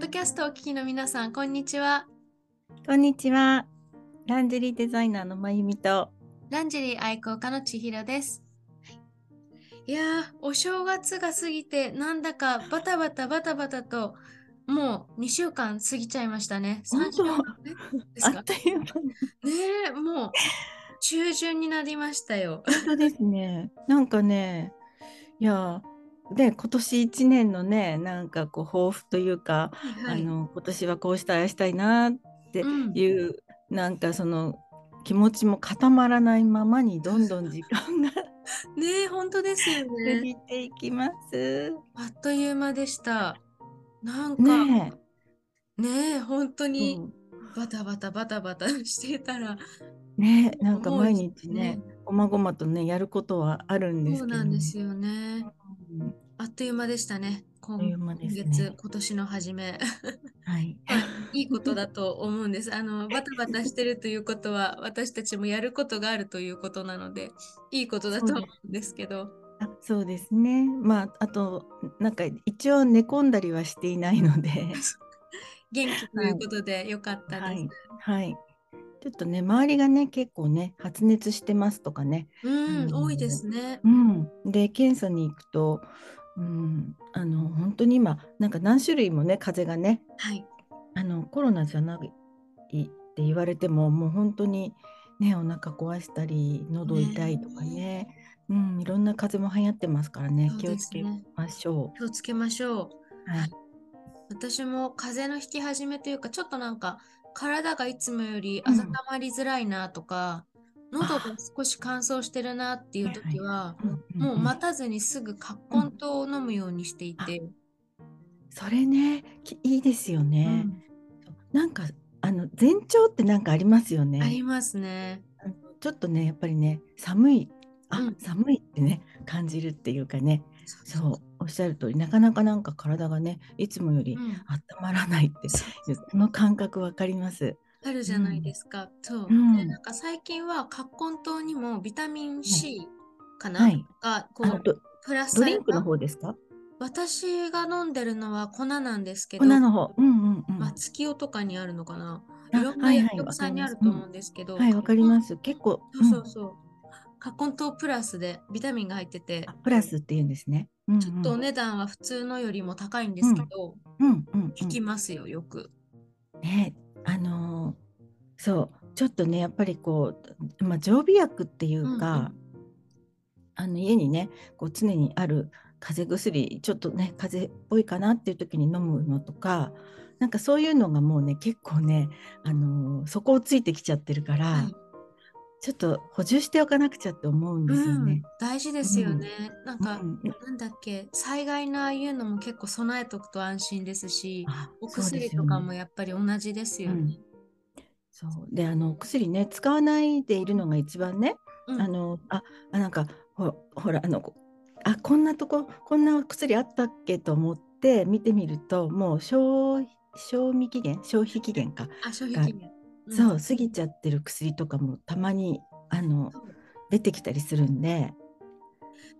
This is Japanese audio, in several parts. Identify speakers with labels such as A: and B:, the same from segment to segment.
A: ドキャストをお聞きの皆さん、こんにちは。
B: こんにちは。ランジェリーデザイナーのまゆみと。
A: ランジェリー愛好家の千尋です。いやー、お正月が過ぎて、なんだかバタバタバタバタと、もう2週間過ぎちゃいましたね。3週間
B: 本
A: ねで
B: あ
A: すか
B: っという間に。
A: ねえ、もう中旬になりましたよ。
B: 本当で すね。なんかね、いや、で、今年一年のね、なんかこう抱負というか、
A: はい
B: あの今年はこうしたいああしたいなって
A: うん
B: いう、なんかその気持ちも固まらないままにどんどん時間が
A: ねえ、本当ですよ
B: 過
A: ね。
B: ぎていきます。
A: あっという間でした。なんか、ね
B: ね
A: え、本当
B: え、
A: に
B: うん
A: バタバタバタバタしてたら、
B: ねえ、なんか
A: もう
B: 毎日ね、おまごまとねやることはあるんです
A: そう
B: けど、
A: な
B: ね、
A: んですよね。
B: うん。
A: あっという間でしたね。今
B: あっという間で
A: 今
B: す
A: 月、
B: ね。
A: 今年の初め。
B: はい。
A: いいことだと思うんです。あの、バタバタしてるということは、私たちもやることがあるということなので、いいことだと
B: そう
A: 思
B: ね
A: うんですけど。
B: あそうですね。まああとなんか一応寝込んだりはしていない ので、
A: 元気ということで、よかった
B: は
A: です
B: い。はい。ちょっとね周りがね結構ね発熱してますとかね。
A: うん、
B: うん
A: 多いですね。
B: うん。で検査に行くと、うんあの本当に今なんか何種類もね風邪がね
A: はい。
B: あのコロナじゃないって言われてももう本当にねお腹壊したり喉痛いとかねうんいろんな風邪も流行ってますからね
A: そう
B: 気を
A: で
B: つ
A: す
B: け
A: ね。
B: ましょ
A: 気をつけましょう。
B: う。はい。
A: 私も風邪の引き始めというか、ちょっとなんか体がいつもより
B: うん
A: 温まりづらいなとか、喉が少し乾燥してるなっていう時は、
B: うん
A: もう
B: うん
A: 待たずにすぐ葛根湯を飲むようにしていて、
B: それねきいいですよ
A: う
B: ね。
A: ん
B: なんかあの前兆ってなんかありますよ
A: あり
B: ね。
A: ますね。
B: あのちょっとねやっぱりね寒いあ、
A: うん
B: 寒いってね感じるっていうかね
A: そ
B: そうおっしゃる通りなかなかなんか体がねいつもより
A: う。うん、
B: 温まらないって
A: そ
B: いうその感覚わかります。
A: あるじゃないですか。そう。
B: うん
A: でなんか最近は葛根湯にもビタミン C かな、
B: はい
A: がこ
B: あの
A: う
B: ド
A: プラス
B: ド
A: さ
B: リ
A: れ
B: ンクの
A: た
B: 方ですか？
A: 私が飲んでるのは粉なんですけど
B: 粉、の方。うんうんうん。
A: 松木とかにあるのかな。
B: あ
A: いろんな
B: はいはい
A: 薬局さんにあると思うんですけど、
B: はいわかります。結構
A: 葛根そう
B: うん
A: そうそう。葛根湯プラスでビタミンが入ってて
B: あ、プラスっていうんですね。うんうん
A: ちょっとお値段は普通のよりも高いんですけど、
B: うんうんうん
A: 効きますよ、よく。
B: ねあのーそうちょっとねやっぱりこう、まあ、常備薬っていうか、
A: うんうん
B: あの家にねこう常にある風邪薬ちょっとね風邪っぽいかなっていう時に飲むのとかなんかそういうのがもうね結構ね、あのーそこをついてきちゃってるから、
A: はい
B: ちょっと補充しておかなくちゃって思うんですよ
A: うん
B: ね。、
A: 大事ですよね。なん
B: うん
A: か、なんだっけ、災害のああいうのも結構備えとくと安心ですし、
B: あ
A: お
B: そうで
A: 薬
B: すよ
A: と
B: ね
A: かもやっぱり同じですよね。
B: そうであのお薬ね使わないでいるのが一番ね、
A: うん
B: あのああなんかほほらあのこあこんなとここんなお薬あったっけと思って見てみるともう消賞味期限消費期限か、
A: あ、消費期限。ん
B: そう過ぎちゃってる薬とかもたまにあの
A: そう
B: 出てきたりするんで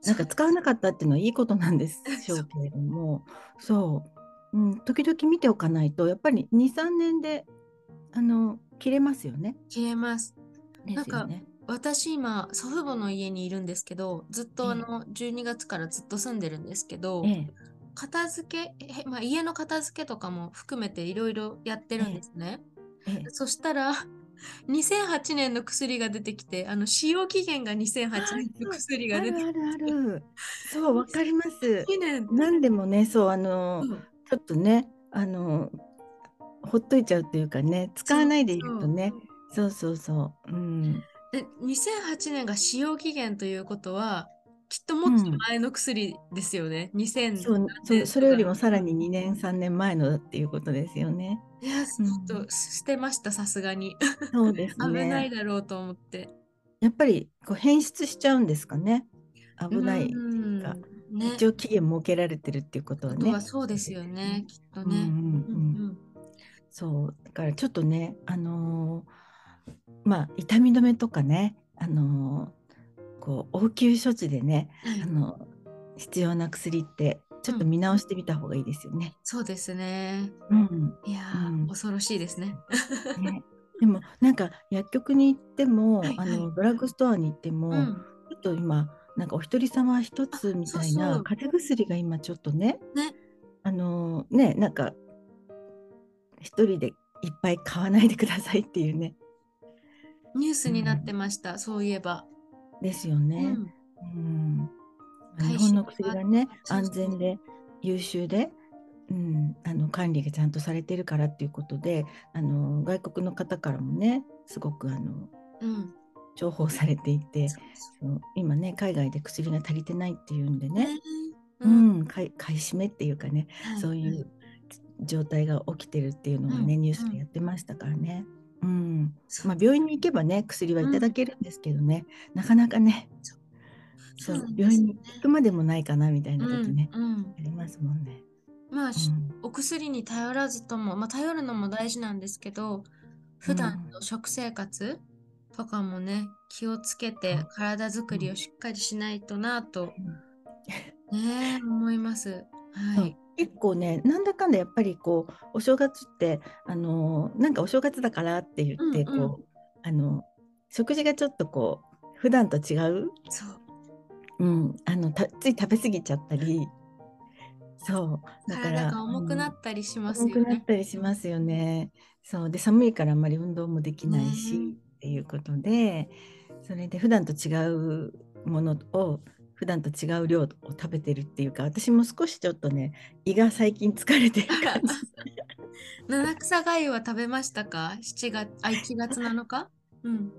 B: なんか使わなかったっていうのはいいことなんでしょうけれどもそう、うん、時々見ておかないとやっぱり23年であの切れますよね。
A: 消えます。
B: ですよね。
A: 私今祖父母の家にいるんですけどずっとあ
B: ええ
A: の12月からずっと住んでるんですけど、
B: ええ
A: 片付け、へまあ、家の片付けとかも含めていろいろやってるんですね、
B: ええ
A: そしたら2008年の薬が出てきてあの使用期限が2008
B: あ
A: 年の薬が出てきて
B: あるあるある。そう、わかります。
A: 1年
B: 何でもね、そう、あの
A: う、ん
B: ちょっとね、あの。ほっといちゃうというかね、使わないでいるとね。そうそうそう、うん、
A: で2008年が使用期限ということはきっともっと前の薬ですよね、2000
B: そう、そう、それよりもさらに2年、3年前のだっていうことですよ ね。
A: いやち
B: うん
A: ょっと捨てましたさすがに
B: そうです
A: 危ない
B: ね。
A: だろうと思って。
B: やっぱり、こう変質しちゃうんですかね。危ないっていうか、
A: うんね。
B: 一応期限設けられてるっていうことは
A: あ
B: ね。
A: とはそうですよね、きっと
B: うん、
A: ね。
B: うん、うん。そうだからちょっとねあのーまあ痛み止めとかねあのーこう応急処置でね、
A: はい
B: あの必要な薬ってちょっと見直してみた方がいいですよね。
A: そうですね。
B: うん
A: いやー、
B: うん
A: 恐ろしいですね。
B: ね、 でもなんか薬局に行っても、
A: はいはい
B: あのドラッグストアに行っても、
A: うん。
B: ちょっと今なんかお一人様一つみたい
A: あそうそ
B: な
A: う
B: 風邪薬が今ちょっとね
A: ね
B: あのねなんか一人でいっぱい買わないでくださいっていうね
A: ニュースになってました、そういえば。
B: ですよ
A: う
B: ね。
A: ん。
B: うんまあ
A: 回
B: 日
A: 収
B: 本の薬がね
A: そう
B: 安
A: そう
B: 全で優秀で、うん、あの管理がちゃんとされてるからっていうことであの外国の方からもねすごくあの
A: うん。
B: 重宝されていて
A: そうそ
B: その今ね海外で薬が足りてないっていうんで
A: う
B: ね、
A: ね。う
B: う
A: ん
B: ん買い買い占めっていうかね、
A: はい
B: そういう状態が起きてるっていうのが
A: うんう
B: ね、
A: ん
B: ニュースでやってましたからね。うん
A: そう
B: まあ、病院に行けばね薬はいただけるんですけどね、なかなかね
A: そ
B: そうう
A: なんです
B: 病
A: よ
B: 院
A: ね
B: に行くまでもないかなみたいな時ね、
A: うんうん
B: ありますもんね。
A: まあ、し
B: うん
A: お薬に頼らずとも、まあ、頼るのも大事なんですけど普段の食生活とかもね気をつけて
B: そう
A: 体づくりをしっかりしないとなと、ねえ、思います。
B: そ
A: は
B: う
A: い、
B: 結構ねなんだかんだやっぱりこうお正月ってあのーなんかお正月だからって言ってこ
A: う
B: う、
A: んうん
B: あの食事がちょっとこう普段と違う、
A: そう
B: うん、あのたつい食べ過ぎちゃったりそうだから
A: 体が重くな
B: っ
A: ったりし
B: り
A: ますよ
B: 重くなっ
A: ね。
B: たりしますよね。そうで寒いからあんまり運動もできないし、
A: ね
B: っていうことでそれで普段と違うものを普段と違う量を食べてるっていうか私も少しちょっとね胃が最近疲れてる感じ
A: 七草がゆは食べましたか ?7 月、あ、1月7日うん。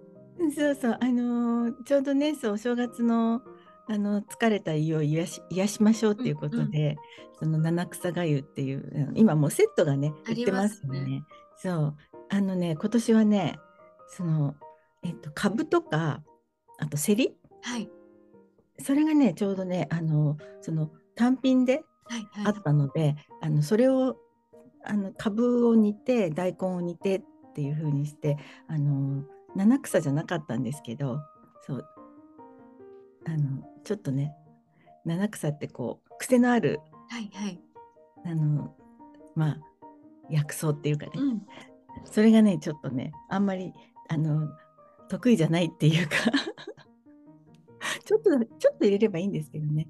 B: そうそうあのーちょうどねそうお正月のあの疲れた胃を癒し癒しましょうっていうことで、その七草がゆっていうあの今もうセットがね
A: あ
B: 売っ
A: り
B: て
A: ま
B: ますす
A: ね
B: よね。そうあのね今年はねそのえっと株とかあとセリ
A: はい。
B: それがねちょうどねあのその単品で
A: はい。
B: あ
A: はい
B: っ。たので、あのそれをあの株を煮て大根を煮てっていう風にしてあの七草じゃなかったんですけどそうあのちょっとね七草ってこう癖のある
A: はい。はい。
B: あのまあ薬草っていうかね、
A: うん。
B: それがねちょっとねあんまりあの得意じゃないっていうか ちょっとちょっと入れればいいんですけどね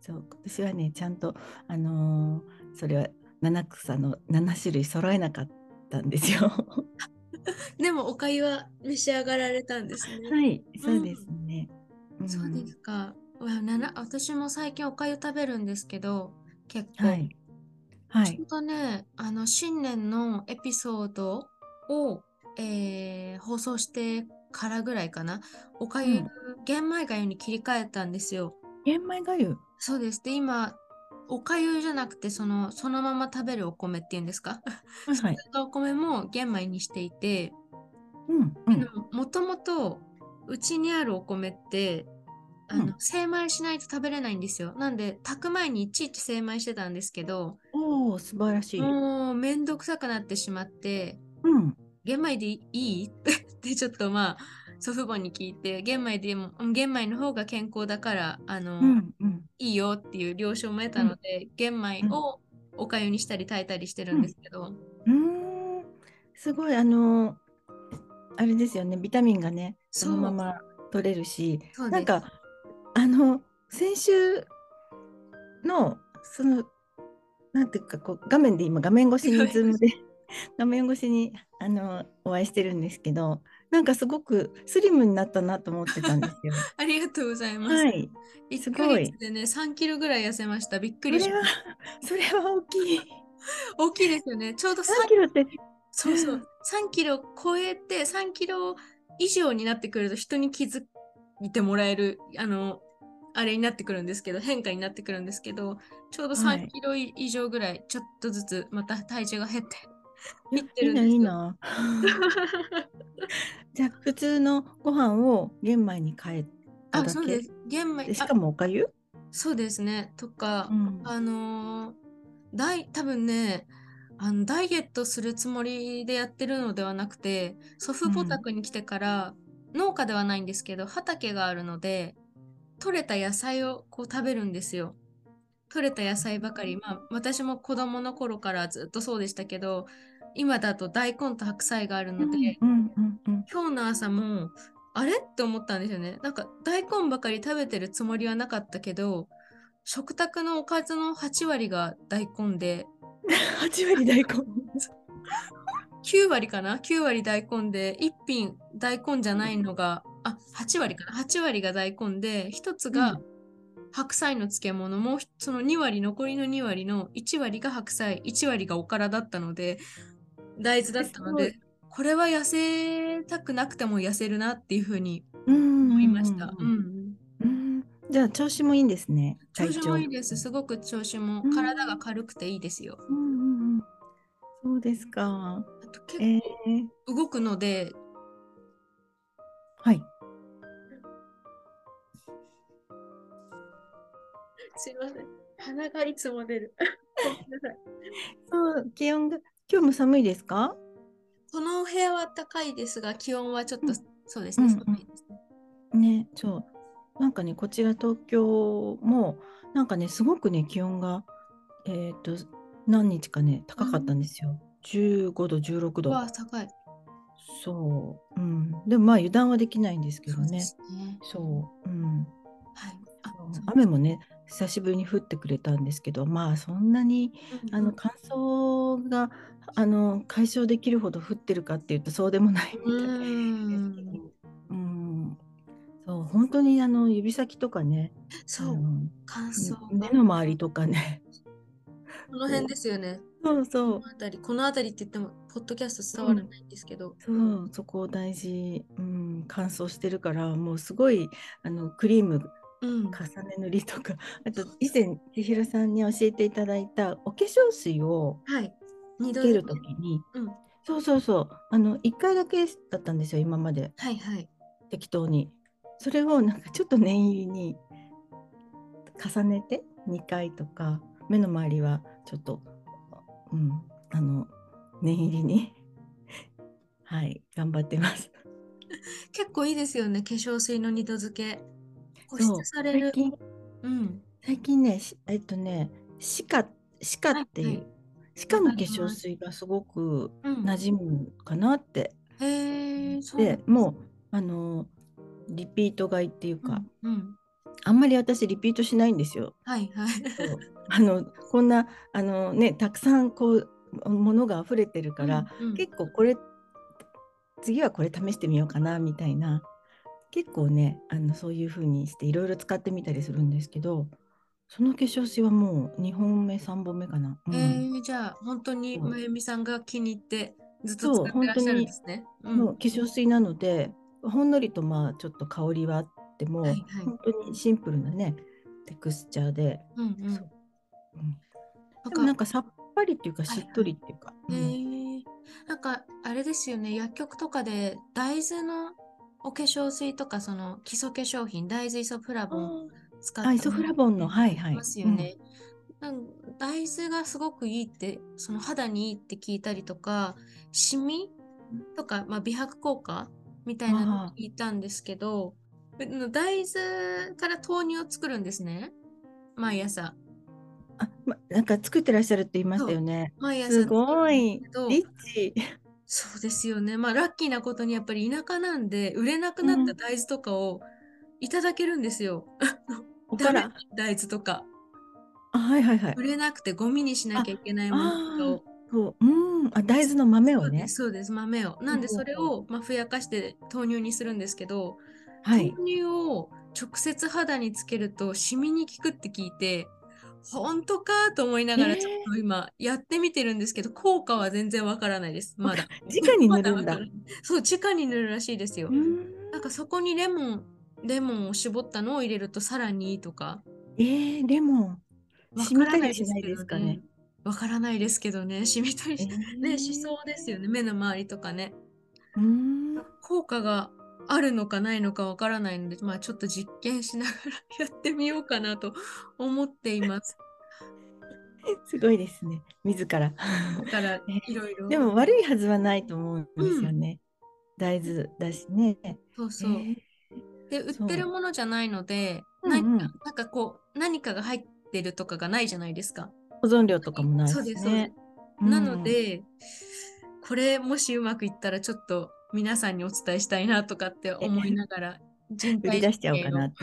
B: そう今年はねちゃんとあのーそれは七草の7種類揃えなかったんですよ。
A: でも、おかゆは召し上がられたんですね。
B: はいそうですね。ん
A: そうですか。うわなな私も最近おかゆ食べるんですけど、結構。
B: はいは
A: ちょ
B: いう
A: どね、あの、新年のエピソードを、えー放送してからぐらいかな。おかゆ、
B: うん
A: 玄米がゆに切り替えたんですよ。
B: 玄米がゆ
A: そうです。で、今、おかゆじゃなくて、その、そのまま食べるお米っていうんです か
B: はいはい
A: お米も玄米にしていて、
B: うんうん
A: もともと、うちにあるお米って、あ
B: うん
A: の、精米しないと食べれないんですよ。なんで、炊く前にいちいち精米してたんですけど、
B: おお素晴らしい。うん
A: もう、めんどくさくなってしまって、玄米でいいってちょっとまあ、祖父母に聞いて、玄米でも、うん玄米の方が健康だから、あの、
B: うんうん
A: いいよっていう了承も得たので、玄米をおかゆにしたり炊いたりしてるんですけど、
B: うーんすごいあのあれですよねビタミンがね
A: そ
B: そうのまま取れるし
A: そう
B: なん
A: で
B: かあの先週のそのなんていうかこう画面で今画面越し
A: 画
B: に
A: 面
B: ズームで 画面越しにあのお会いしてるんですけどなんかすごくスリムになったなと思ってたんです よ。
A: すありがとうございます。
B: はい、
A: 1
B: す
A: ヶ
B: ごい
A: 月でね、3キロぐらい痩せました。びっく
B: そ
A: り
B: れ
A: しま
B: は
A: した。
B: それは大きい。
A: 大きいですよね。ちょうど3
B: 3キロって
A: そうそう3キロ超えて、3キロ以上になってくると人に気づいてもらえる、あの、あれになってくるんですけど、変化になってくるんですけど、ちょうど
B: は
A: 3
B: い
A: キロ以上ぐらい、ちょっとずつまた体重が減って。
B: いや
A: 切ってるんですよ
B: いいな。いいなじゃあ普通のご飯を玄米に変え た
A: あ、
B: だ
A: そう
B: け
A: です。玄米、
B: でし
A: あ
B: かもおかゆ、
A: そうですね。とか、
B: うん
A: あのーダイ多分ねあのダイエットするつもりでやってるのではなくて祖父母
B: うん
A: 宅に来てから、農家ではないんですけど畑があるので採れた野菜をこう食べるんですよ。取れた野菜ばかり、まあ、私も子供の頃からずっとそうでしたけど、今だと大根と白菜があるので、
B: うんうんうん
A: 今日の朝もあれって思ったんですよね。なんか大根ばかり食べてるつもりはなかったけど、食卓のおかずの8割が大根で、
B: 8割大根。
A: 9割かな ?9 割大根で、1品大根じゃないのが、あ、8割かな ?8 割が大根で、1つ
B: う
A: が
B: ん
A: 白菜の漬物、もうひその2割、残りの2割の1割が白菜、1割がおからだったので、大豆だったの
B: す
A: で、これは痩せたくなくても痩せるなっていうふうに
B: 思
A: 思いました。うん
B: うんじゃあ調子もいいんですね。
A: 調
B: 体
A: 子
B: 調
A: もいいです。すごく調子も
B: うん
A: 体が軽くていいですよ。
B: うんうんうん。そうですか。
A: あと
B: え
A: 結
B: ー、
A: 構動くので、
B: はい。
A: すいません。鼻がいつも出る。
B: そう気温が今日も寒いですか？
A: このお部屋は暖かいですが、気温はちょっと、
B: うん
A: そうですね。
B: うんうん
A: 寒いですね
B: ね、そう。なんかね、こちら東京も、なんかね、すごくね、気温が、えっと、何日かね、高かったんですよ。15度、16度。
A: わあ、高い。
B: そう。うん。でもまあ、油断はできないんですけど
A: そうで
B: ね。
A: すね。
B: そう。うん。
A: はい。あ、そう
B: 雨もね、久しぶりに降ってくれたんですけど、まあ、そんなに、あの、乾燥が、あの、解消できるほど降ってるかっていうと、そうでもないみたいな。
A: うん。
B: うん、そう本当にあの指先とかね、
A: そ
B: あ
A: う、
B: の
A: 乾燥
B: 目
A: が。
B: の周りとかね、
A: この辺ですよね。
B: そうそ
A: こ
B: う
A: の辺り、この辺りって言っても、ポッドキャスト伝わらないんですけど。
B: そうそこ大事、うん、乾燥してるからもうすごいあのクリーム
A: うん。
B: 重ね塗りとかあと以前千尋さんに教えていただいたお化粧水を
A: はい。二
B: つ
A: 度
B: け
A: づ
B: る
A: け
B: 時に、
A: うん
B: そうそうそうあの1回だけだったんですよ今まで
A: はいはい。
B: 適当にそれをなんかちょっと念入りに重ねて2回とか目の周りはちょっと、うん、あの念入りに はい頑張ってます。
A: 結構いいですよね、化粧水の二度付け。保
B: そう
A: 湿される
B: 最。近
A: うん。
B: 最近ねしえっとねシカシカっていう、
A: はいはい
B: シカの
A: わ
B: 化
A: かります
B: 粧水がすごく
A: うん、
B: 馴染むかなって、
A: へえ、そうなん
B: でもうあのリピート買いっていうか、
A: うん。うん
B: あんまり私リピートしないんですよ。
A: はいはい。
B: そう あのこんなあの、ね、たくさんこうものが溢れてるから、
A: うん、うん
B: 結構これ次はこれ試してみようかなみたいな結構ねあのそういう風にしていろいろ使ってみたりするんですけどその化粧水はもう2本目3本目かな、うん
A: へえ、じゃあ、本当に
B: そう
A: まゆみさんが気に入ってずっと
B: そう
A: 使ってらっしゃるんですね。うん
B: もう化粧水なのでほんのりとまあちょっと香りはあっても、
A: はいはい
B: 本当にシンプルなねテクスチャーで、
A: うんうん。
B: そううん
A: なん
B: でも
A: か
B: なんかさっぱりっていう
A: は
B: か
A: い
B: し
A: はい
B: っとりっていうか、
A: へ
B: うん
A: えなんかあれですよね、薬局とかで大豆のお化粧水とか、その基礎化粧品、大豆イソフラボン使った
B: あイソフラボンのはいはい
A: ますよね。なん大豆がすごくいいってその肌にいいって聞いたりとかシミとか、まあ、美白効果みたいなのを
B: ああ
A: 聞いたんですけどあの大豆から豆乳を作るんですね毎朝
B: あ、ま、なんか作ってらっしゃるって言いましたよね。
A: 毎朝
B: すごい
A: 作るんで
B: リッ
A: すけど
B: チ。
A: そうですよねまあラッキーなことにやっぱり田舎なんで売れなくなった大豆とかをいただけるんですよ、
B: おか
A: ダ
B: ら
A: メ。大豆とか
B: あはいはいはい
A: 売。れなくてゴミにしなきゃいけないものとかを
B: そううんあ大豆の豆を
A: そう
B: ね
A: です。そうです豆をなんで
B: ほう
A: そ
B: ほ
A: うれを、まあ、ふやかして豆乳にするんですけど、
B: はい。
A: 豆乳を直接肌につけるとシミに効くって聞いて本当かと思いなが
B: え
A: ら
B: ー
A: ちょっと今やってみてるんですけど、効果は全然わからないですまだ
B: 直に塗る
A: ま
B: ん
A: だ
B: だ。
A: わからないそう直に塗るらしいですよ、
B: うん
A: なんかそこにレモンレモンを絞ったのを入れるとさらにいいとか
B: えー、レモン。
A: わ
B: 染
A: から
B: みた
A: ない
B: り
A: で
B: し
A: す
B: ない
A: け
B: で
A: ど
B: すかね
A: ね。わからないですけどね染みたりし,、
B: え
A: ね、
B: ー
A: しそうですよね目の周りとかね
B: うん。
A: 効果があるのかないのかわからないので、まあ、ちょっと実験しながらやってみようかなと思ってい ます。
B: すごいですね。自ら。
A: だから
B: ね
A: いろいろ。
B: でも悪いはずはないと思うんですよね。大豆だしね。
A: そうそう。
B: えー
A: で売ってるものじゃないので、
B: うんうん
A: 何かなんかこう何かが入っってるとかがないじゃないですか。
B: 保存料とかもない
A: そう
B: し
A: ですそうで
B: ね
A: す。なので、これもしうまくいったらちょっと皆さんにお伝えしたいなとかって思いながら人
B: うん、売
A: 体
B: り出しちゃおう かなって。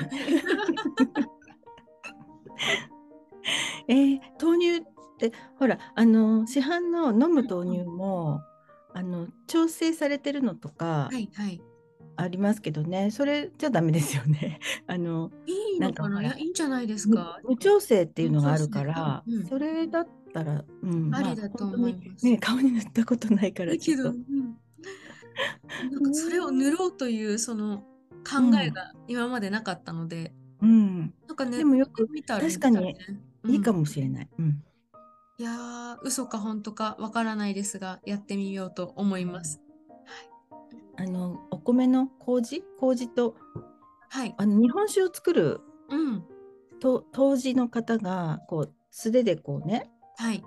B: えー豆乳ってほらあの市販の飲む豆乳も、あの調整されてるのとか
A: はいはい。
B: ありますけどね、それじゃダメですよね。 あの
A: いい
B: な
A: の
B: んか
A: かな
B: ほ
A: い
B: ら
A: や、いいんじゃないです
B: 無
A: か。
B: 無調整っていうのがあるから、
A: 無調整うんうん
B: それだったら、うん、
A: あり
B: ま
A: だと
B: 本当
A: 思い
B: に
A: ます
B: ね、顔に塗ったことないから
A: だ
B: ち
A: けど、
B: ょっ
A: う
B: と。
A: んなんかそれを塗ろうというその考えが今までなかったので、
B: うん、
A: なんかね、
B: でもよく
A: 見たら
B: 確か
A: い
B: に
A: いかも
B: いいか
A: も。
B: もしれない。うん、
A: いやー、嘘か本当かわからないですが、やってみようと思います。
B: あのお米の麹麹と
A: はい。
B: あの日本酒を作る
A: うん。
B: と杜氏の方がこう素手でこうね
A: はい。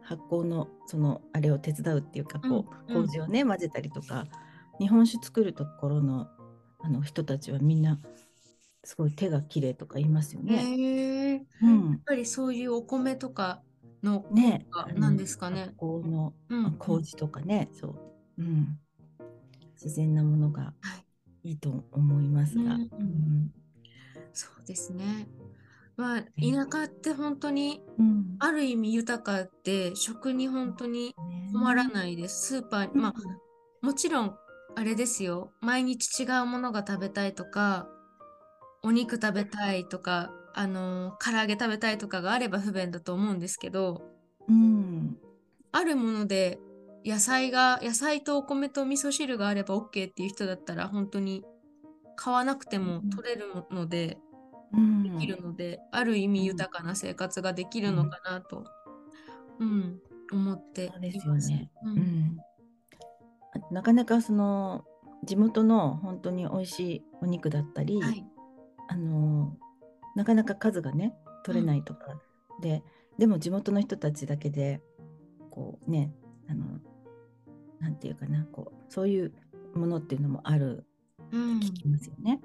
B: 発酵のそのあれを手伝うっていうかこ
A: う
B: う、
A: んうん
B: 麹をね混ぜたりとか日本酒作るところのあの人たちはみんなすごい手が綺麗とか言いますよね。
A: へえ。やっ
B: うん、
A: ぱりそういうお米とかの、
B: ね
A: あ
B: あの
A: なんですかね
B: 発酵の
A: うんうん
B: 麹とかね、そう、うん、自然なものが
A: はい
B: いいと思いますが。
A: うん
B: うん
A: そうですね。まあ、田舎って本当に
B: うん
A: ある意味豊かで食に本当に困らないです。スーパー、まあ、もちろんあれですよ毎日違うものが食べたいとかお肉食べたいとかあのー唐揚げ食べたいとかがあれば不便だと思うんですけど
B: うん
A: あるもので野菜が野菜とお米と味噌汁があれば OK っていう人だったら本当に買わなくても
B: うん
A: 取れるので、
B: うん
A: できるのである意味豊かな生活ができるのかなと、うん思ってい
B: そう
A: ます。
B: ですよね
A: う
B: うんんあなかなかその地元の本当に美味しいお肉だったり、
A: はい
B: あのなかなか数がね取れないとか、ででも地元の人たちだけでこうねあのなんていうかなこうそういうものっていうのもある
A: うん
B: 聞きますよね、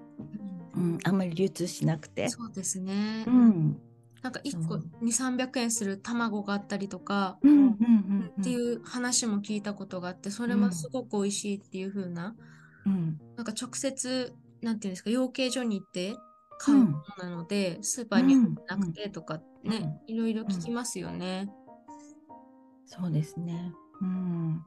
A: うん
B: うん、あんまり流通しなくて。
A: そうですね。
B: うん
A: なんか1個
B: う
A: 2、300円する卵があったりとか、
B: うんうんう
A: っ
B: ん
A: ていう話も聞いたことがあって、それはすごく美味しいっていう風な、
B: うん
A: なんか直接、なんていうんですか、養鶏場に行って買うものなので、スーパーにはなくてとかね、いろいろ聞きますよね。
B: そうですね。うん
A: うん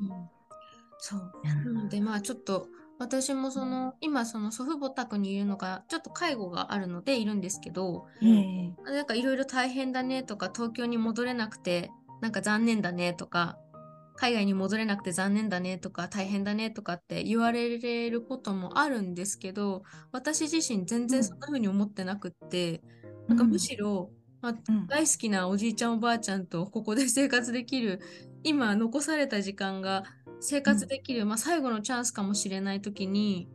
A: そう。なのでまあちょっと私もその今その祖父母宅にいるのがちょっと介護があるのでいるんですけど、
B: ええ
A: なんかいろいろ大変だねとか東京に戻れなくてなんか残念だねとか海外に戻れなくて残念だねとか大変だねとかって言われることもあるんですけど私自身全
B: う
A: 然
B: ん
A: そんな風に思ってなくって、なんかむしろ、まあ、
B: うん
A: 大好きなおじいちゃんおばあちゃんとここで生活できる今残された時間が生活できる、まあ、最後のチャンスかもしれない時に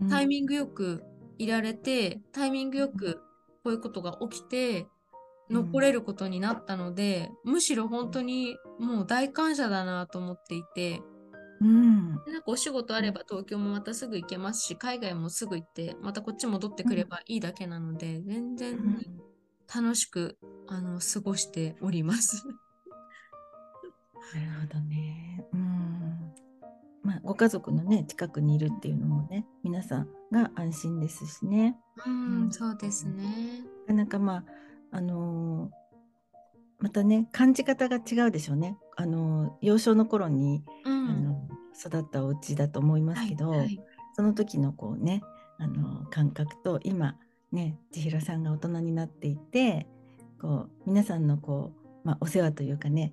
B: うん
A: タイミングよくいられてタイミングよくこういうことが起きて
B: うん
A: 残れることになったので、むしろ本当にもう大感謝だなと思っていて
B: うん
A: なんかお仕事あれば東京もまたすぐ行けますし海外もすぐ行ってまたこっち戻ってくればいいだけなので全然楽しくあの過ごしております。
B: なるほどね。うん。まあ、ご家族のね、近くにいるっていうのもね、皆さんが安心ですしね。
A: う
B: うん
A: ん、そうですね。
B: なかなか、まあ、あのーまたね、感じ方が違うでしょうね。あのー幼少の頃に、
A: う
B: あ
A: ん、
B: の育ったお家だと思いますけど、
A: はいはい
B: その時のこうね、あのー感覚と今ね、千尋さんが大人になっていて、こう皆さんのこうまあお世話というかね、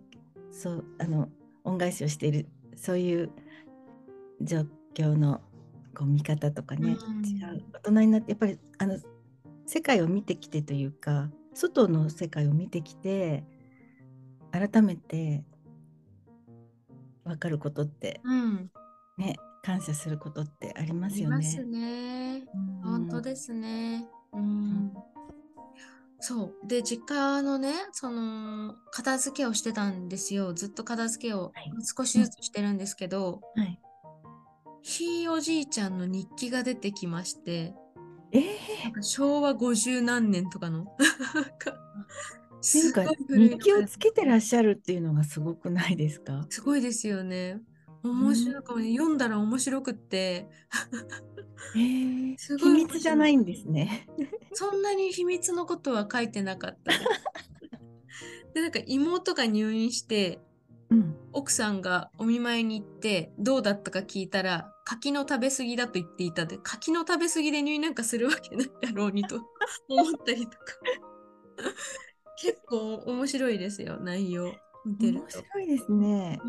B: そうあの恩返しをしているそういう状況のこう見方とかね、
A: うん
B: 違う大人になってやっぱりあの世界を見てきてというか外の世界を見てきて改めて分かることって
A: うん、
B: ね感謝することってありま
A: あ
B: す
A: り
B: よね。
A: ますね。
B: うん
A: 本当ですね。うん。そう。で、実家のね、その、片付けをしてたんですよ。ずっと片付けを
B: はい
A: 少しずつしてるんですけど、
B: はい、
A: ひいおじいちゃんの日記が出てきまして、
B: ええ
A: なんか昭和50何年とかの。なんか
B: てい
A: す
B: うか
A: ごい古い
B: 日記をつけてらっしゃるっていうのがすごくないですか
A: すごいですよね。面白いかもね。読んだら面白くって、
B: えー
A: すご
B: 秘
A: い
B: 密じゃないんですね。
A: そんなに秘密のことは書いてなかった です。で、なんか妹が入院して、
B: うん、
A: 奥さんがお見舞いに行ってどうだったか聞いたら柿の食べ過ぎだと言っていたで柿の食べ過ぎで入院なんかするわけないだろうに と思ったりとか結構面白いですよ内容見てる
B: 面
A: と、
B: 白いですね。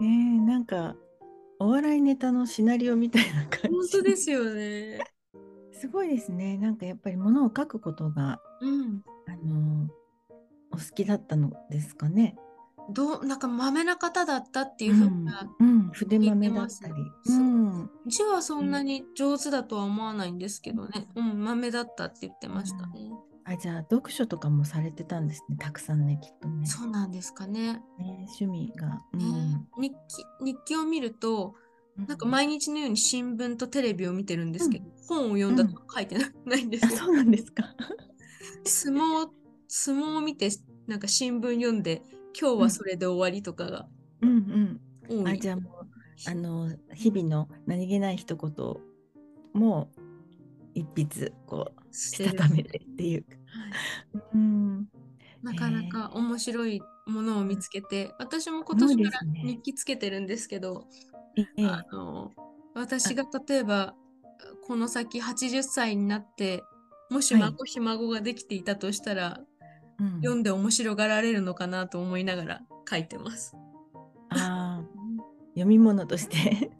A: うん
B: えー、なんかお笑いネタのシナリオみたいな感
A: 本
B: じ。
A: 当ですよね
B: すごいですね。なんかやっぱりものを書くことが
A: うん
B: あのお好きだったのですかね。
A: どうなんかまめな方だったっていうふうな、
B: うん、うん、筆豆だったり。
A: す
B: うん、
A: 字はそんなに上手だとは思わないんですけどねうんまめだったって言ってましたね、
B: あじゃあ読書とかもされてたんですね。たくさんねきっとね。
A: そうなんですかね
B: ね趣味が。う
A: ね
B: ん、
A: 日記日記を見るとなんか毎日のように新聞とテレビを見てるんですけど、本を読んだとか書いてな,、いんで
B: あ
A: すよ。
B: そうなんですか。
A: 相撲相撲を見てなんか新聞読んで今日はそれで終わりとかが
B: うん
A: 多い。
B: うん。あじゃあもうあの日々の何気ない一言をもう一筆こう
A: し
B: したためてっていうか。
A: はい
B: うん。
A: なかなか面白いものを見つけて、私も今年から
B: そうですね
A: 日記つけてるんですけど
B: ええ
A: あの私が例えばこの先80歳になってもし
B: はい
A: 孫ひ孫ができていたとしたら、
B: うん
A: 読んで面白がられるのかなと思いながら書いてます。
B: あー読み物として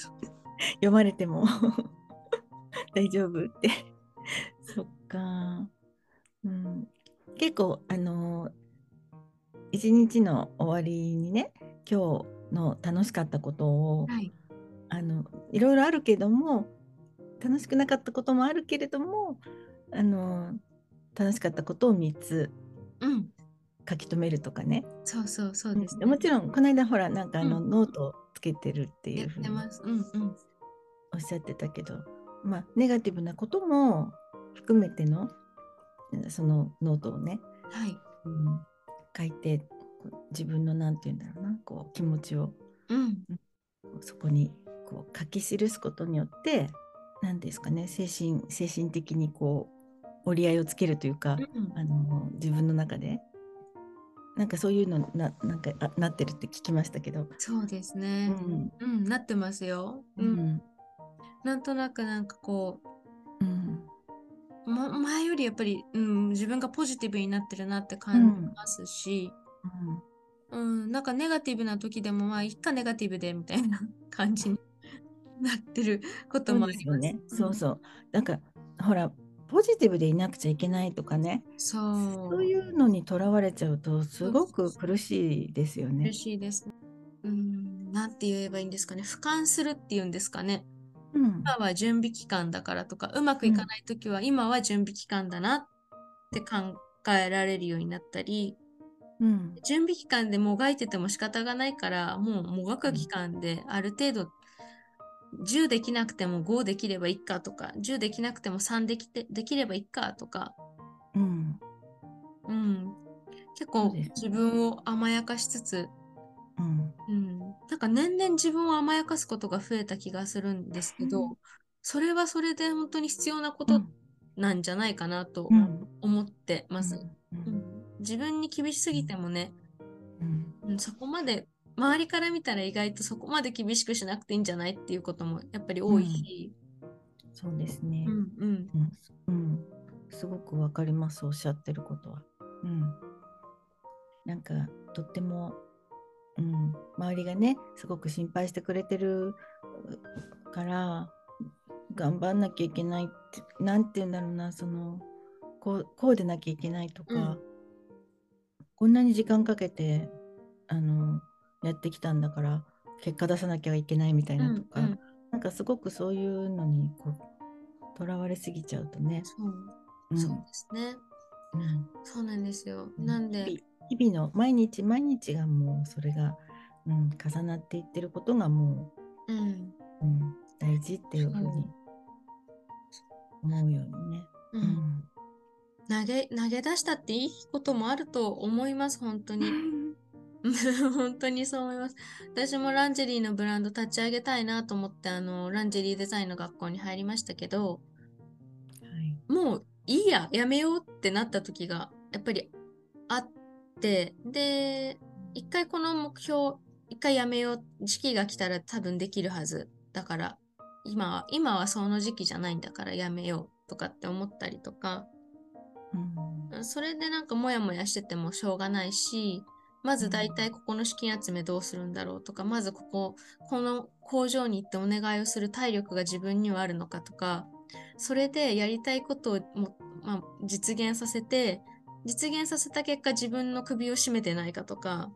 B: 読まれても 大丈夫ってそっか、うん、結構あの一日の終わりにね今日の楽しかったことを、
A: はい、
B: あのいろいろあるけども楽しくなかったこともあるけれどもあの楽しかったことを3つ
A: うん、
B: 書き留めるとかね
A: そうそうそうです、ね。
B: もちろんこの間ほらなんかあの、
A: うん
B: ノートをつけてるってい
A: や
B: う
A: っ
B: ふうに
A: てます。うんうん。
B: おっしゃってたけどまあネガティブなことも含めてのうんそのノートをね、
A: はい。
B: うん書いてこう自分のなんて言うんだろうなこう気持ちを
A: うん。
B: こうそこにこう書き記すことによって何ですかね精神精神的にこう折り合いをつけるというか、
A: うん、
B: あの自分の中でなんかそういうのななんかあなってるって聞きましたけど。
A: そうです
B: う
A: ね。
B: ん
A: うん、なってますよ。
B: う
A: うん。
B: ん
A: なんとなくなんかこ
B: うん
A: う、も前よりやっぱり、うん、自分がポジティブになってるなって感じますし、
B: うん
A: うん、なんかネガティブな時でもまあ、いっかネガティブでみたい な感じになってること
B: そう
A: もあ
B: で
A: り
B: す
A: ます。
B: よね。そうそう。なんかほらポジティブでいなくちゃいけないとかね、
A: そ
B: そういうのにとらわれちゃうとすごく苦しいですよね
A: 嬉。しいですね。うん、なんて言えばいいんですかね。俯瞰するっていうんですかね。
B: うん
A: 今は準備期間だからとか、うまくいかないときは今は準備期間だなって考えられるようになったり、
B: うん
A: 準備期間でもがいてても仕方がないから、もうもがく期間である程度、10できなくても5できればいいかとか、10できなくても3できてできればいいかとか、
B: うん
A: うん、結
B: そ
A: 構
B: うですね
A: 自分を甘やかしつつ、
B: うん
A: うん、なんか年々自分を甘やかすことが増えた気がするんですけど、
B: う
A: それはそれで本当に必要なこ
B: う
A: と
B: ん
A: なんじゃないかなと
B: うん
A: 思ってます。
B: う
A: うんん自分に厳しすぎてもね、
B: うん
A: うん、そこまで周りから見たら意外とそこまで厳しくしなくていいんじゃないっていうこともやっぱり多いし、
B: そうですね
A: う。んうん
B: うんすごくわかりますおっしゃってることは。うんなんかとっても、うん、周りがねすごく心配してくれてるうから頑張んなきゃいけないってなんて言うんだろうなそのこうこうでなきゃいけないとか、
A: うん
B: こんなに時間かけてあのやってきたんだから結果出さなきゃいけないみたいなと
A: う
B: か、
A: んうん
B: なんかすごくそういうのにこうとらわれすぎちゃうとね。
A: そう
B: うん
A: そうですね。
B: うん
A: そうなんですよ。
B: うん
A: なんで、
B: 日々日々の毎日毎日がもうそれが、うん、重なっていってることがも
A: うん、
B: う、うん、大事っていうふうに思うようにね。
A: う、
B: うん
A: 投げ、投げ出したっていいこともあると思います、本当に。
B: ん
A: 本当にそう思います。私もランジェリーのブランド立ち上げたいなと思って、あの、ランジェリーデザインの学校に入りましたけど、
B: はい
A: もういいや、やめようってなった時がやっぱりあって、で、一回この目標、一回やめよう、時期が来たら多分できるはずだから、今は、今はその時期じゃないんだからやめようとかって思ったりとか、
B: うん
A: それでなんかモヤモヤしててもしょうがないし、まず大体ここの資金集めどうするんだろうとか、まずここ、この工場に行ってお願いをする体力が自分にはあるのかとか、それでやりたいことをも、まあ、実現させて、実現させた結果自分の首を絞めてないかとか、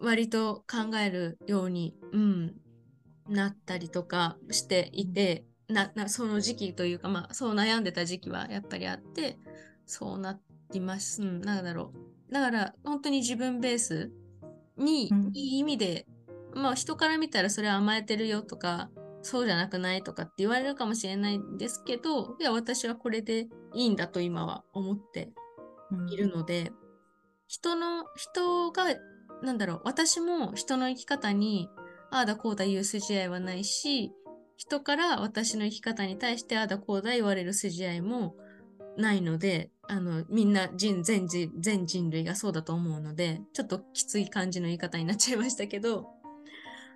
A: 割と考えるように、うん、なったりとかしていて、ななその時期というか、まあ、そう悩んでた時期はやっぱりあって、そうなります。うん、なんだろう。だから、本当に自分ベースに
B: うん、
A: いい意味で、まあ、人から見たらそれは甘えてるよとか、そうじゃなくないとかって言われるかもしれないんですけど、いや、私はこれでいいんだと今は思って
B: うん
A: いるので、人の、人が、なんだろう、私も人の生き方に、ああだこうだ言う筋合いはないし、人から私の生き方に対してああだこうだ言われる筋合いもないので、あの、みんな人、全人、全人類がそうだと思うので、ちょっときつい感じの言い方になっちゃいましたけど、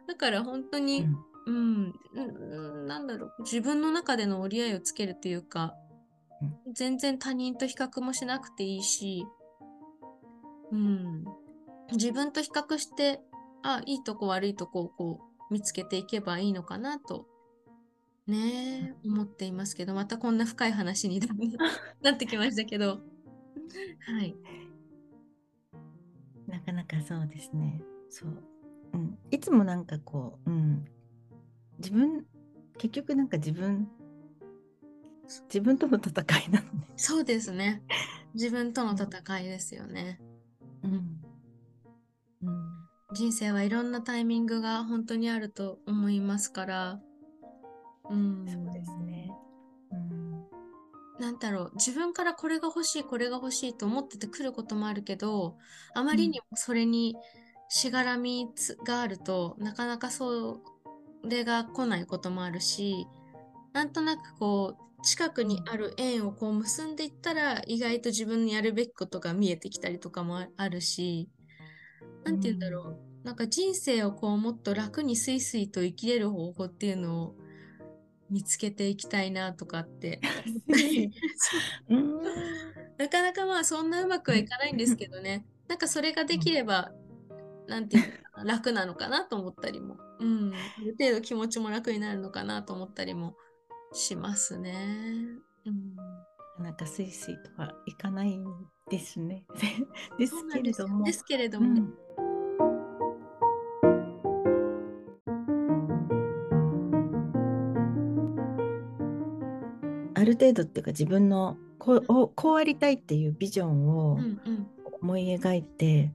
A: だから本当に、
B: うん
A: うん、うんなんだろう、自分の中での折り合いをつけるというか、全然他人と比較もしなくていいし、うん、自分と比較して、あ、いいとこ悪いとこをこう見つけていけばいいのかなと、ねえ、思っていますけど、またこんな深い話に なってきましたけど、はい。
B: なかなかそうですね。そう。うん、いつもなんかこう、うん、自分、結局なんか自分、自分との戦いなのね。
A: そうですね。自分との戦いですよね。
B: うん。うん。
A: 人生はいろんなタイミングが本当にあると思いますから、うん、
B: そうですね。うん。
A: なんだろう自分からこれが欲しいこれが欲しいと思っててくることもあるけどあまりにもそれにしがらみつがあるとなかなかそれが来ないこともあるしなんとなくこう近くにある縁をこう結んでいったら意外と自分のやるべきことが見えてきたりとかもああるしなんて言うんだろうなんか人生をこうもっと楽にスイスイと生きれる方法っていうのを見つけていきたいなとかって
B: うん。
A: なかなかまあそんなうまくはいかないんですけどね。なんかそれができれば、なんていうのかな、楽なのかなと思ったりも。うん。ある程度気持ちも楽になるのかなと思ったりもしますね。うん。
B: なんかスイスイとはいかないですね。です
A: そうな
B: け
A: んで
B: れ
A: すよ
B: ども
A: で。すけれど
B: う
A: もね、
B: んある程度っていうか自分のこうおこうありたいっていうビジョンを
A: うん、うん
B: 思い描いて、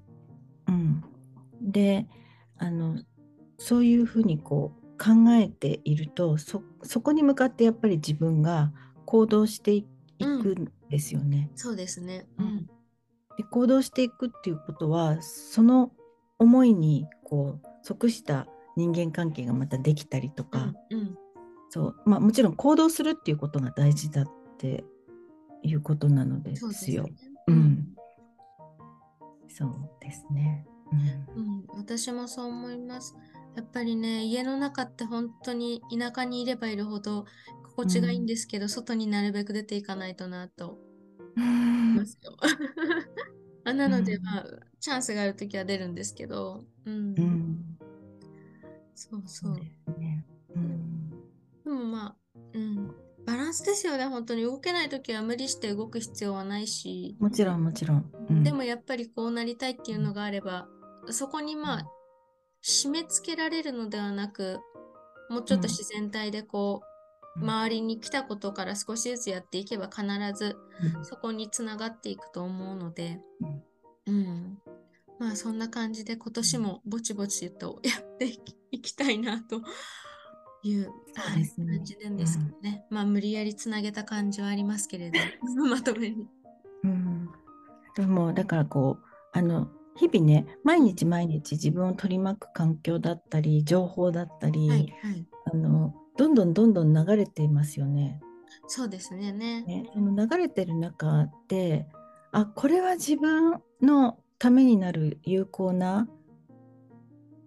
B: うん、であのそういうふうにこう考えているとそそこに向かってやっぱり自分が行動していいくんですよね。
A: そうですね。
B: う
A: うんん。
B: で行動していくっていうことはその思いにこう即した人間関係がまたできたりと
A: う
B: か
A: ん、。うん。
B: そうまあ、もちろん行動するっていうことが大事だっていうことなので
A: そうです
B: す
A: ね
B: よ。。うん、そうですね。
A: うん、私もそう思います。やっぱりね、家の中って本当に田舎にいればいるほど心地がいいんですけど、外になるべく出ていかないとなと
B: うん
A: ますよ。 あなので、
B: うん
A: まあ、チャンスがあるときは出るんですけど、うん、
B: うん
A: そうそ。
B: そうう
A: で
B: ですね。うん
A: もまあ、うん、バランスですよね、本当に動けないときは無理して動く必要はないし、
B: もちろんもちろん。うん
A: でもやっぱりこうなりたいっていうのがあれば、そこにま
B: う
A: あ
B: ん、
A: 締め付けられるのではなく、もうちょっと
B: うん
A: 自然体でこう、
B: うん
A: 周りに来たことから少しずつやっていけば必ずそこにつながっていくと思うので、うん、まあそんな感じで今年もぼちぼちとやっていきいきたいなという
B: そうですね
A: 感じなんですけどね。まあ無理やりつなげた感じはありますけれど、 まとめに。
B: うん、でもだからこうあの日々ね毎日毎日自分を取り巻く環境だったり情報だったり、
A: はいはい。
B: あのどんどんどんどん流れていますよね。
A: そうですね。ね。
B: ねその流れてる中であこれは自分のためになる有効な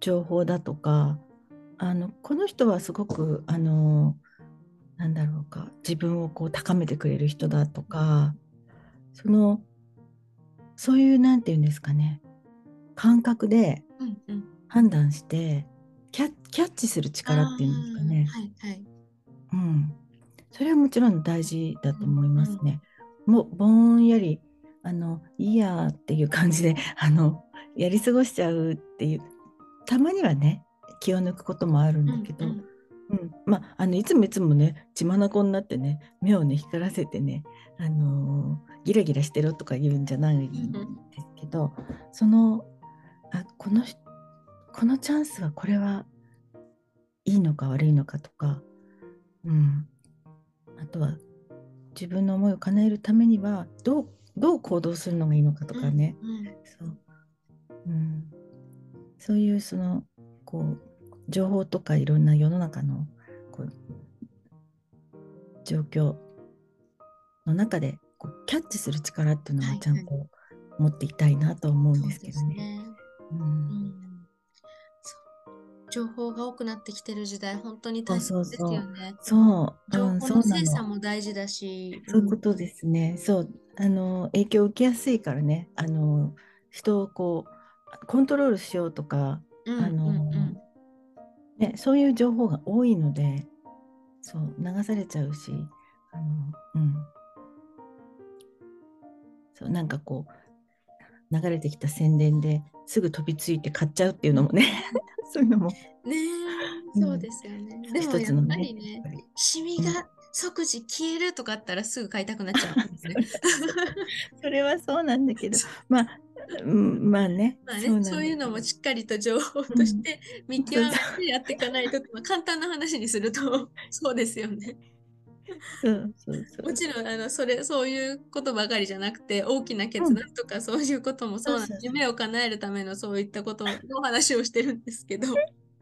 B: 情報だとかあのこの人はすごくあのなんだろうか自分をこう高めてくれる人だとかそのそういうなんていうんですかね感覚で
A: うんうん。
B: 判断してキャキャッチする力っていうんですかね。
A: あーはいはい。
B: うん、それはもちろん大事だと思いますね。もうぼんやりあのいいやーっていう感じで あのやり過ごしちゃうっていうたまにはね気を抜くこともあるんだけど、
A: う
B: うんん
A: うん
B: まああのいつもいつもね血眼になってね目をね光らせてね、あのーギラギラしてろとか言うんじゃないんですけど、そのあこの人このチャンスはこれはいいのか悪いのかとか、うん、あとは自分の思いを叶えるためにはどうどう行動するのがいいのかとかね、
A: うんうん
B: そううん、そういうそのこう情報とかいろんな世の中のこう状況の中でこうキャッチする力っていうの
A: は
B: はいちゃんと持っていきたいなとは思うん
A: そう
B: ですけ
A: で
B: ど
A: す
B: ね。
A: ね。
B: う
A: うんんそう情報が多くなってきてる時代、本当に
B: そう
A: 大切
B: そう
A: です
B: そう
A: よね。
B: そう、
A: 情
B: う
A: 報
B: ん、
A: の
B: そうな
A: 精
B: の
A: 査。も大事だし、
B: そういうことですね。そう、あの影響を受けやすいからね。あの人をこうコントロールしようとか、
A: うん
B: あの
A: うんうん
B: ね、そういう情報が多いので、そう流されちゃうし、あのうん、そうなんかこう流れてきた宣伝ですぐ飛びついて買っちゃうっていうのもね、 そういうのも
A: ね
B: う
A: え、
B: ん
A: そうですよね。でも
B: 一つ
A: や
B: の
A: っぱ
B: ね
A: り。ね
B: やっ、ぱり
A: シミが即時消えるとかあったらすぐ買いたくなっちゃうん ですね。
B: それはそうなんだけど、まあ、うん、まあね、
A: まあ
B: なん
A: ね、
B: だ
A: そういうのも
B: けど
A: しっかりと情報として見極
B: そう
A: めてやっていかないと、まあ簡単な話にする とそうですよね。
B: そうそうそう
A: もちろんあのそれそういうことばかりじゃなくて大きな決断とかそういうこともそうなん
B: そうそうそう
A: 夢を叶えるためのそういったことの話をしてるんです けど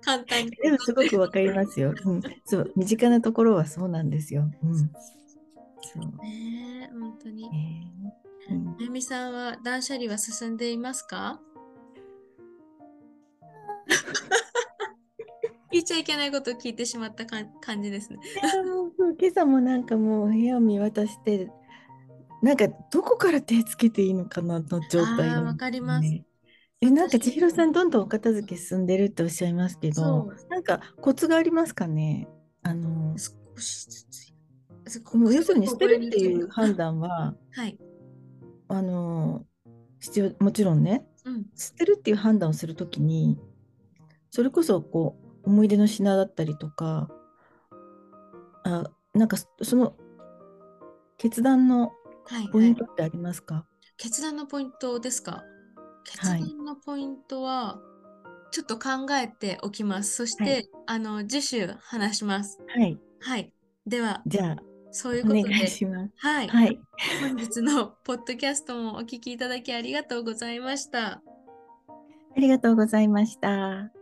A: 簡単に
B: でもすごくわかりますよ。うん、そう身近なところはそうなんですよ。うん、そう
A: ねえ本当に。
B: ね、うん
A: あゆみさんは断捨離は進んでいますか聞いちゃいけないことを聞いてしまったかん感じですね。
B: いやーもうそう今朝もなんかもう部屋を見渡してなんかどこから手つけていいのかなの
A: あー
B: 状態なんですよね
A: わかります
B: えなんか千尋さんどんどんお片付け進んでるっておっしゃいますけど
A: そ
B: なんかコツがありますかねあの
A: 少しずつ。
B: もう要するに捨てるっていう
A: はい。
B: 判断は
A: はい。
B: あの必要もちろんね
A: うん。
B: 捨てるっていう判断をするときにそれこそこう思い出の品だったりとかあなんかそその決断の
A: はい、
B: ポイン
A: はい。
B: トってありますか、
A: 決断のポイントですか決
B: はい
A: 断のポイントは、ちょっと考えておきます。そして、
B: はい
A: あの、次週話します。
B: はい、
A: はい。では、
B: じゃあ
A: そういう
B: お
A: こと
B: 願
A: で、
B: いします。
A: はい。
B: はい、
A: 本日のポッドキャストもお聞きいただきありがとうございました。
B: ありがとうございました。